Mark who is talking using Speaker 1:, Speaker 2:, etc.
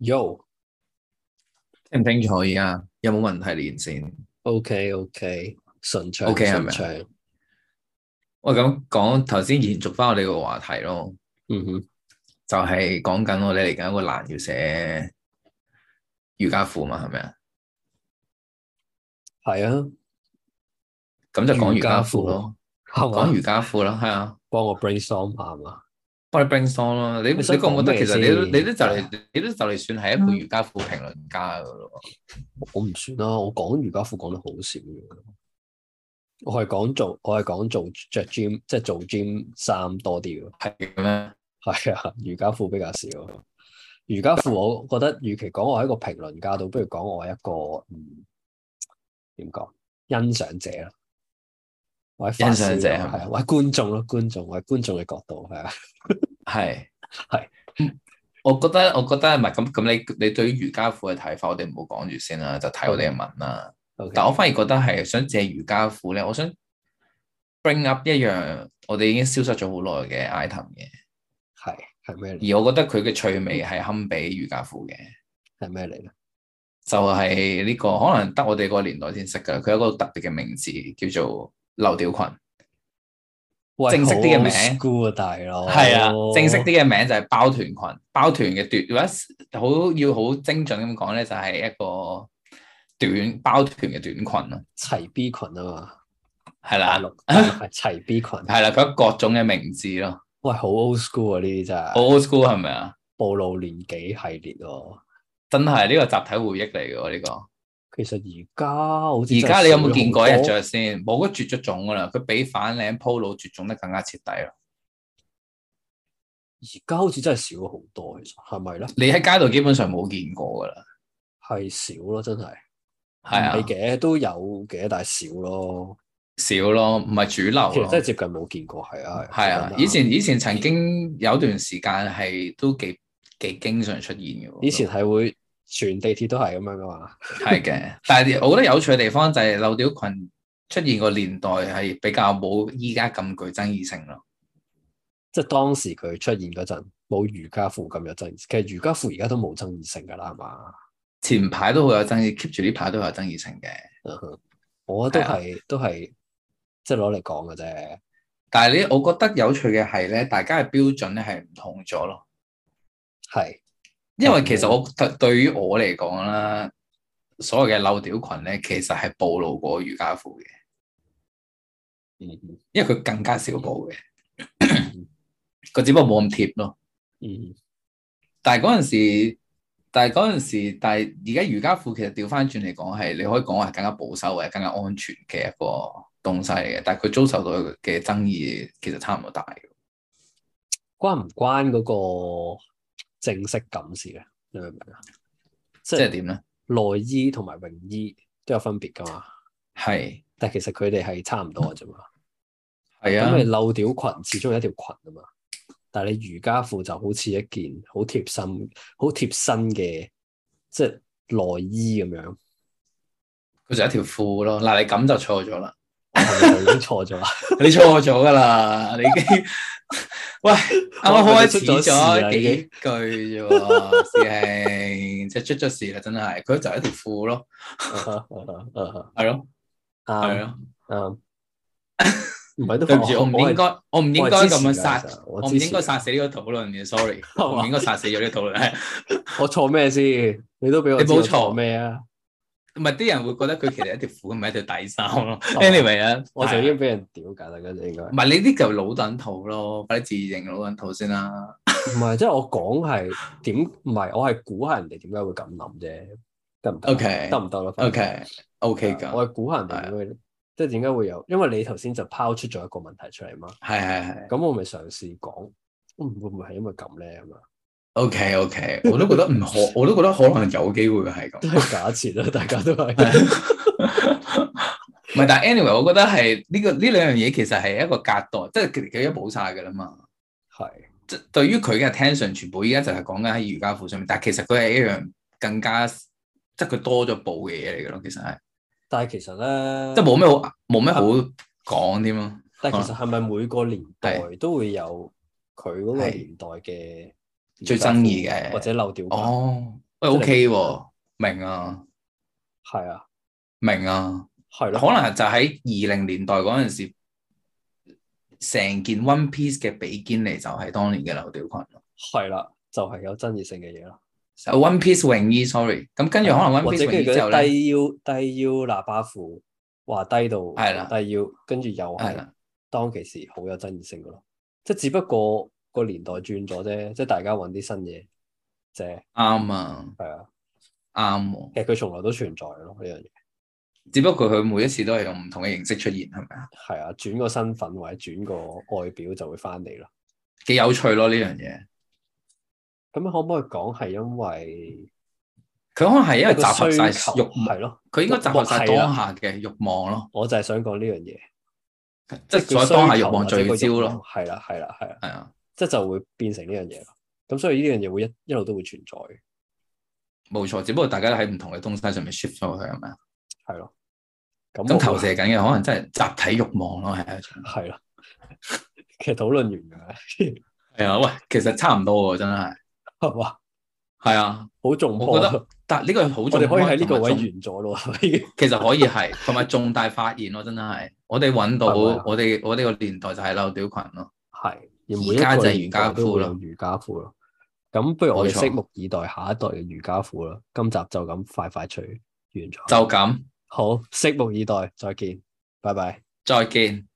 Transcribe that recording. Speaker 1: Yo，
Speaker 2: 清唔清楚而家啊有冇問題連線？
Speaker 1: OK OK，順暢
Speaker 2: OK，係
Speaker 1: 順
Speaker 2: 咪啊
Speaker 1: 暢，
Speaker 2: 喂，咁講頭先延續翻我哋個話題咯，
Speaker 1: 嗯哼，
Speaker 2: 就係講緊我哋嚟緊有個欄要寫瑜伽褲嘛，係咪啊？
Speaker 1: 係啊，
Speaker 2: 咁就講
Speaker 1: 瑜
Speaker 2: 瑜
Speaker 1: 伽
Speaker 2: 伽
Speaker 1: 褲
Speaker 2: 褲咯，
Speaker 1: 係
Speaker 2: 講
Speaker 1: 嘛？
Speaker 2: 瑜伽褲啦，係啊，
Speaker 1: 幫我 brainstorm 下嘛，
Speaker 2: 幫你 brainstorm 咯。你你
Speaker 1: 你
Speaker 2: 覺
Speaker 1: 想
Speaker 2: 唔覺
Speaker 1: 講
Speaker 2: 得
Speaker 1: 咩
Speaker 2: 其實你都
Speaker 1: 先啊嗯
Speaker 2: 你都就嚟你都就嚟算係一個瑜伽褲評論家噶咯？
Speaker 1: 我唔算啦，我講瑜伽褲講得好少嘅，我係講做，我係講做着 gym，即係做 gym 衫多啲嘅，
Speaker 2: 係嘅咩？
Speaker 1: 係啊，瑜伽褲比較少。瑜伽褲我覺得，與其講我係一個評論家，倒不如講我係一個嗯點講欣賞者啦，或者發
Speaker 2: 欣賞
Speaker 1: 燒
Speaker 2: 者
Speaker 1: 友係啊，或者觀眾咯，觀眾或者觀眾嘅角度係啊。
Speaker 2: 係
Speaker 1: 係。
Speaker 2: 我覺得我覺得唔係咁咁，你你對於瑜伽褲嘅睇法，我哋唔好講住先啦，就睇我哋嘅文啦。
Speaker 1: O K，
Speaker 2: 但我反而覺得係想借瑜伽褲咧，我想 bring up 一樣我哋已經消失咗好耐嘅 item
Speaker 1: 係係咩嚟？
Speaker 2: 嘅，而我覺得佢嘅趣味係堪比瑜伽褲嘅，
Speaker 1: 係咩嚟咧？
Speaker 2: 就係、呢、個可能得我哋個年代先識㗎，佢有一個特別嘅名字叫做流吊裙，
Speaker 1: 喂
Speaker 2: 正式啲嘅名
Speaker 1: ，school 啊，大佬
Speaker 2: 係啊，正式啲嘅名就係包臀裙，包臀嘅短，或者好要好精準咁講咧，就係、一個短包臀嘅短裙咯，
Speaker 1: 齊 B 群啊嘛，
Speaker 2: 係
Speaker 1: 大
Speaker 2: 啦，
Speaker 1: 陸係齊 B 群，
Speaker 2: 係啦，佢有各種嘅名字咯
Speaker 1: 喂，好 old school 啊呢啲真係，
Speaker 2: ，old school 係咪啊？
Speaker 1: 暴露年紀系列喎。
Speaker 2: 真係呢個集體回憶嚟嘅喎，呢、個
Speaker 1: 其實而家好似
Speaker 2: 而
Speaker 1: 真係
Speaker 2: 家你有冇
Speaker 1: 少咗
Speaker 2: 見
Speaker 1: 好
Speaker 2: 過一
Speaker 1: 多
Speaker 2: 日着先？冇，都絕咗種噶啦，佢比反領 polo 絕種得更加徹底咯。
Speaker 1: 而家好似真係少咗好多，其實係咪咧？
Speaker 2: 你喺街度基本上冇見過噶啦，
Speaker 1: 係少咯，真係。
Speaker 2: 係
Speaker 1: 唔係
Speaker 2: 啊，
Speaker 1: 嘅，都有嘅，但係少咯。
Speaker 2: 少咯，唔係主流
Speaker 1: 其實真係
Speaker 2: 咯。
Speaker 1: 接近冇見過，係啊，
Speaker 2: 係啊，以前以前曾經有段時間係都幾幾經常出現嘅喎。
Speaker 1: 以前係會全地鐵都係咁樣噶嘛。
Speaker 2: 係嘅，但係我覺得有趣嘅地方就係漏吊裙出現個年代係比較冇依家咁具爭議性咯。
Speaker 1: 即係當時佢出現嗰陣，冇瑜伽褲咁有爭議。其實瑜伽褲而家都冇爭議性㗎啦，係嘛？
Speaker 2: 前排都好有爭議，keep 住呢排都有爭議性嘅。
Speaker 1: 嗯哼我覺得都
Speaker 2: 係
Speaker 1: 係啊都係即係攞嚟講嘅啫。
Speaker 2: 但係咧，我覺得有趣嘅係咧，大家嘅標準咧係唔同咗咯。
Speaker 1: 係
Speaker 2: 因為其實我對對於我嚟講啦，所謂嘅漏屌裙咧，其實係暴露過瑜伽褲嘅，
Speaker 1: 嗯哼
Speaker 2: 因為佢更加少布嘅， 佢只不過冇咁貼咯。
Speaker 1: 嗯
Speaker 2: 但係嗰陣時，但係嗰陣時，但係而家瑜伽褲其實調翻轉嚟講係，你可以講係更加保守或者更加安全嘅一個東西嚟嘅，但係佢遭受到嘅爭議其實差唔多大嘅。
Speaker 1: 關唔關嗰個正式感事咧？你明唔明啊？即
Speaker 2: 即係
Speaker 1: 係
Speaker 2: 點咧？
Speaker 1: 內衣同埋泳衣都有分別㗎嘛，
Speaker 2: 係
Speaker 1: 但係其實佢哋係差唔多嘅啫嘛。
Speaker 2: 係
Speaker 1: 咁你
Speaker 2: 啊，
Speaker 1: 漏屌裙始終有一條裙啊嘛，但係你瑜伽褲就好似一件好貼身、好貼身嘅即係內衣咁樣，
Speaker 2: 佢就一條褲咯。嗱，你咁就錯咗啦。
Speaker 1: 我係咪就已經錯 咗啦？
Speaker 2: 你錯咗噶啦， 你 已經喂啱啱開始咗幾句啫喎，師兄，即係出咗事啦，真係，佢就係一條褲咯，
Speaker 1: 啊
Speaker 2: 係咯，係
Speaker 1: 啱
Speaker 2: 咯，
Speaker 1: 啊啱，唔係都
Speaker 2: 對唔住，我唔應
Speaker 1: 係
Speaker 2: 該，我唔應該咁樣殺，，
Speaker 1: 我
Speaker 2: 我
Speaker 1: 係
Speaker 2: 唔
Speaker 1: 支持㗎其實我支
Speaker 2: 應該
Speaker 1: 持
Speaker 2: 殺死呢個討論嘅 ，sorry，
Speaker 1: 係
Speaker 2: 我
Speaker 1: 嘛
Speaker 2: 唔應該殺死咗呢個討論， 係
Speaker 1: 我錯咩先？你都俾我
Speaker 2: 你冇
Speaker 1: 知我
Speaker 2: 錯
Speaker 1: 咩啊？
Speaker 2: 唔係啲人會覺得佢其實一條褲唔係一條底衫 咯
Speaker 1: 嘛
Speaker 2: ？anyway 啊，
Speaker 1: 哦我就已
Speaker 2: 係啊
Speaker 1: 經俾人屌緊啦，跟住應該
Speaker 2: 唔係你啲就老撚套咯，快啲自認老撚套先啦，
Speaker 1: 唔係，即係我講係點？唔係，我係估下人哋點解會咁諗啫，得唔得啊
Speaker 2: OK
Speaker 1: 得唔得啦
Speaker 2: OK OK
Speaker 1: 係啊
Speaker 2: 噶，
Speaker 1: 我係估下人哋點解，即係點解會有？因為你頭先就拋出咗一個問題出嚟嘛，
Speaker 2: 係係係。
Speaker 1: 咁我咪嘗試講，嗯會唔會係因為咁咧？ 咁啊，
Speaker 2: O K O K，我都覺得唔可，我都覺得可能有機會係
Speaker 1: 都
Speaker 2: 咁。
Speaker 1: 係假設啦，大家都 係。
Speaker 2: 唔係，但係 anyway，我覺得係呢、個呢兩樣嘢其實係一個隔代，即係佢佢都冇晒㗎啦嘛。
Speaker 1: 係
Speaker 2: 即係對於佢嘅 attention，全部依家就係講緊喺瑜伽褲上面，但係其實佢係一樣更加即係佢多咗步嘅嘢嚟㗎咯。其實係
Speaker 1: 但係其實咧，
Speaker 2: 即係冇咩好冇咩好講添咯。
Speaker 1: 但係其實係咪每個年代
Speaker 2: 係
Speaker 1: 都會有佢嗰個
Speaker 2: 係
Speaker 1: 年代嘅
Speaker 2: 最爭議嘅
Speaker 1: 或者漏掉？
Speaker 2: 哦，喂，OK 喎，明啊，
Speaker 1: 係啊，
Speaker 2: 明啊，
Speaker 1: 係
Speaker 2: 可
Speaker 1: 咯，
Speaker 2: 能就喺二零年代嗰陣時，成件 One Piece 嘅比堅尼就係當年嘅柳條裙咯，
Speaker 1: 係啦，就係有爭議性嘅嘢咯。
Speaker 2: 就 One Piece 泳衣，sorry，咁跟住可能 One
Speaker 1: 啊或者
Speaker 2: Piece 泳
Speaker 1: 跟
Speaker 2: 衣
Speaker 1: 住
Speaker 2: 之後
Speaker 1: 嗰
Speaker 2: 咧，
Speaker 1: 啲低腰低腰喇叭褲，話低到
Speaker 2: 係啦
Speaker 1: 低腰，跟住又
Speaker 2: 係
Speaker 1: 係
Speaker 2: 啦，
Speaker 1: 當其時好有爭議性噶咯。即係只不過個年代轉咗啫，即係大家揾啲新嘢啫，
Speaker 2: 啱啊，
Speaker 1: 係啊。
Speaker 2: 啱喎，
Speaker 1: 其實佢從來都存在咯呢樣嘢，
Speaker 2: 只不過佢每一次都係用唔同嘅形式出現，係咪啊？
Speaker 1: 係啊，轉個身份或者轉個外表就會翻嚟咯。
Speaker 2: 幾有趣咯呢樣嘢，
Speaker 1: 咁可唔可以講係因為
Speaker 2: 佢可能係因為集合晒
Speaker 1: 個需求
Speaker 2: 欲望，
Speaker 1: 係咯？
Speaker 2: 佢應該集合晒
Speaker 1: 欲望係
Speaker 2: 當
Speaker 1: 啦
Speaker 2: 下嘅欲望咯，
Speaker 1: 我就係想講呢樣嘢，
Speaker 2: 即係
Speaker 1: 佢
Speaker 2: 所謂當下欲
Speaker 1: 需求
Speaker 2: 望
Speaker 1: 或者個
Speaker 2: 聚焦
Speaker 1: 欲望
Speaker 2: 咯，
Speaker 1: 係啦係啦係啦，
Speaker 2: 係啊，
Speaker 1: 即係就會變成呢樣嘢咯。咁所以呢樣嘢會一一路都會存在嘅，
Speaker 2: 冇錯，只不過大家喺唔同嘅東西上面 shift 咗佢係咪啊？
Speaker 1: 係咯。咁
Speaker 2: 咁
Speaker 1: 我
Speaker 2: 投射緊嘅可能真係集體欲望咯，係一啊種
Speaker 1: 係啦。 其實討論完㗎，
Speaker 2: 係啊，喂，其實差唔多喎，真係
Speaker 1: 係嘛？
Speaker 2: 係啊，
Speaker 1: 好重
Speaker 2: 我
Speaker 1: 破
Speaker 2: 覺
Speaker 1: 啊，
Speaker 2: 得但呢個好
Speaker 1: 我
Speaker 2: 重
Speaker 1: 哋
Speaker 2: 要，
Speaker 1: 可以喺呢個位
Speaker 2: 同
Speaker 1: 完
Speaker 2: 埋重
Speaker 1: 咗咯，已經
Speaker 2: 其實可以係，同埋重大發現咯，真係我哋揾到
Speaker 1: 係咪啊
Speaker 2: 我哋我哋個年代就係漏屌群咯，
Speaker 1: 係。而每
Speaker 2: 而
Speaker 1: 一
Speaker 2: 家就
Speaker 1: 個
Speaker 2: 係
Speaker 1: 年
Speaker 2: 瑜
Speaker 1: 代
Speaker 2: 伽
Speaker 1: 都
Speaker 2: 褲
Speaker 1: 會
Speaker 2: 啦
Speaker 1: 有瑜伽褲咯。咁不如我哋
Speaker 2: 冇錯
Speaker 1: 拭目以待下一代嘅瑜伽褲啦。今集就咁快快脆完咗。
Speaker 2: 就咁，
Speaker 1: 好，拭目以待，再見，拜拜。
Speaker 2: 再見。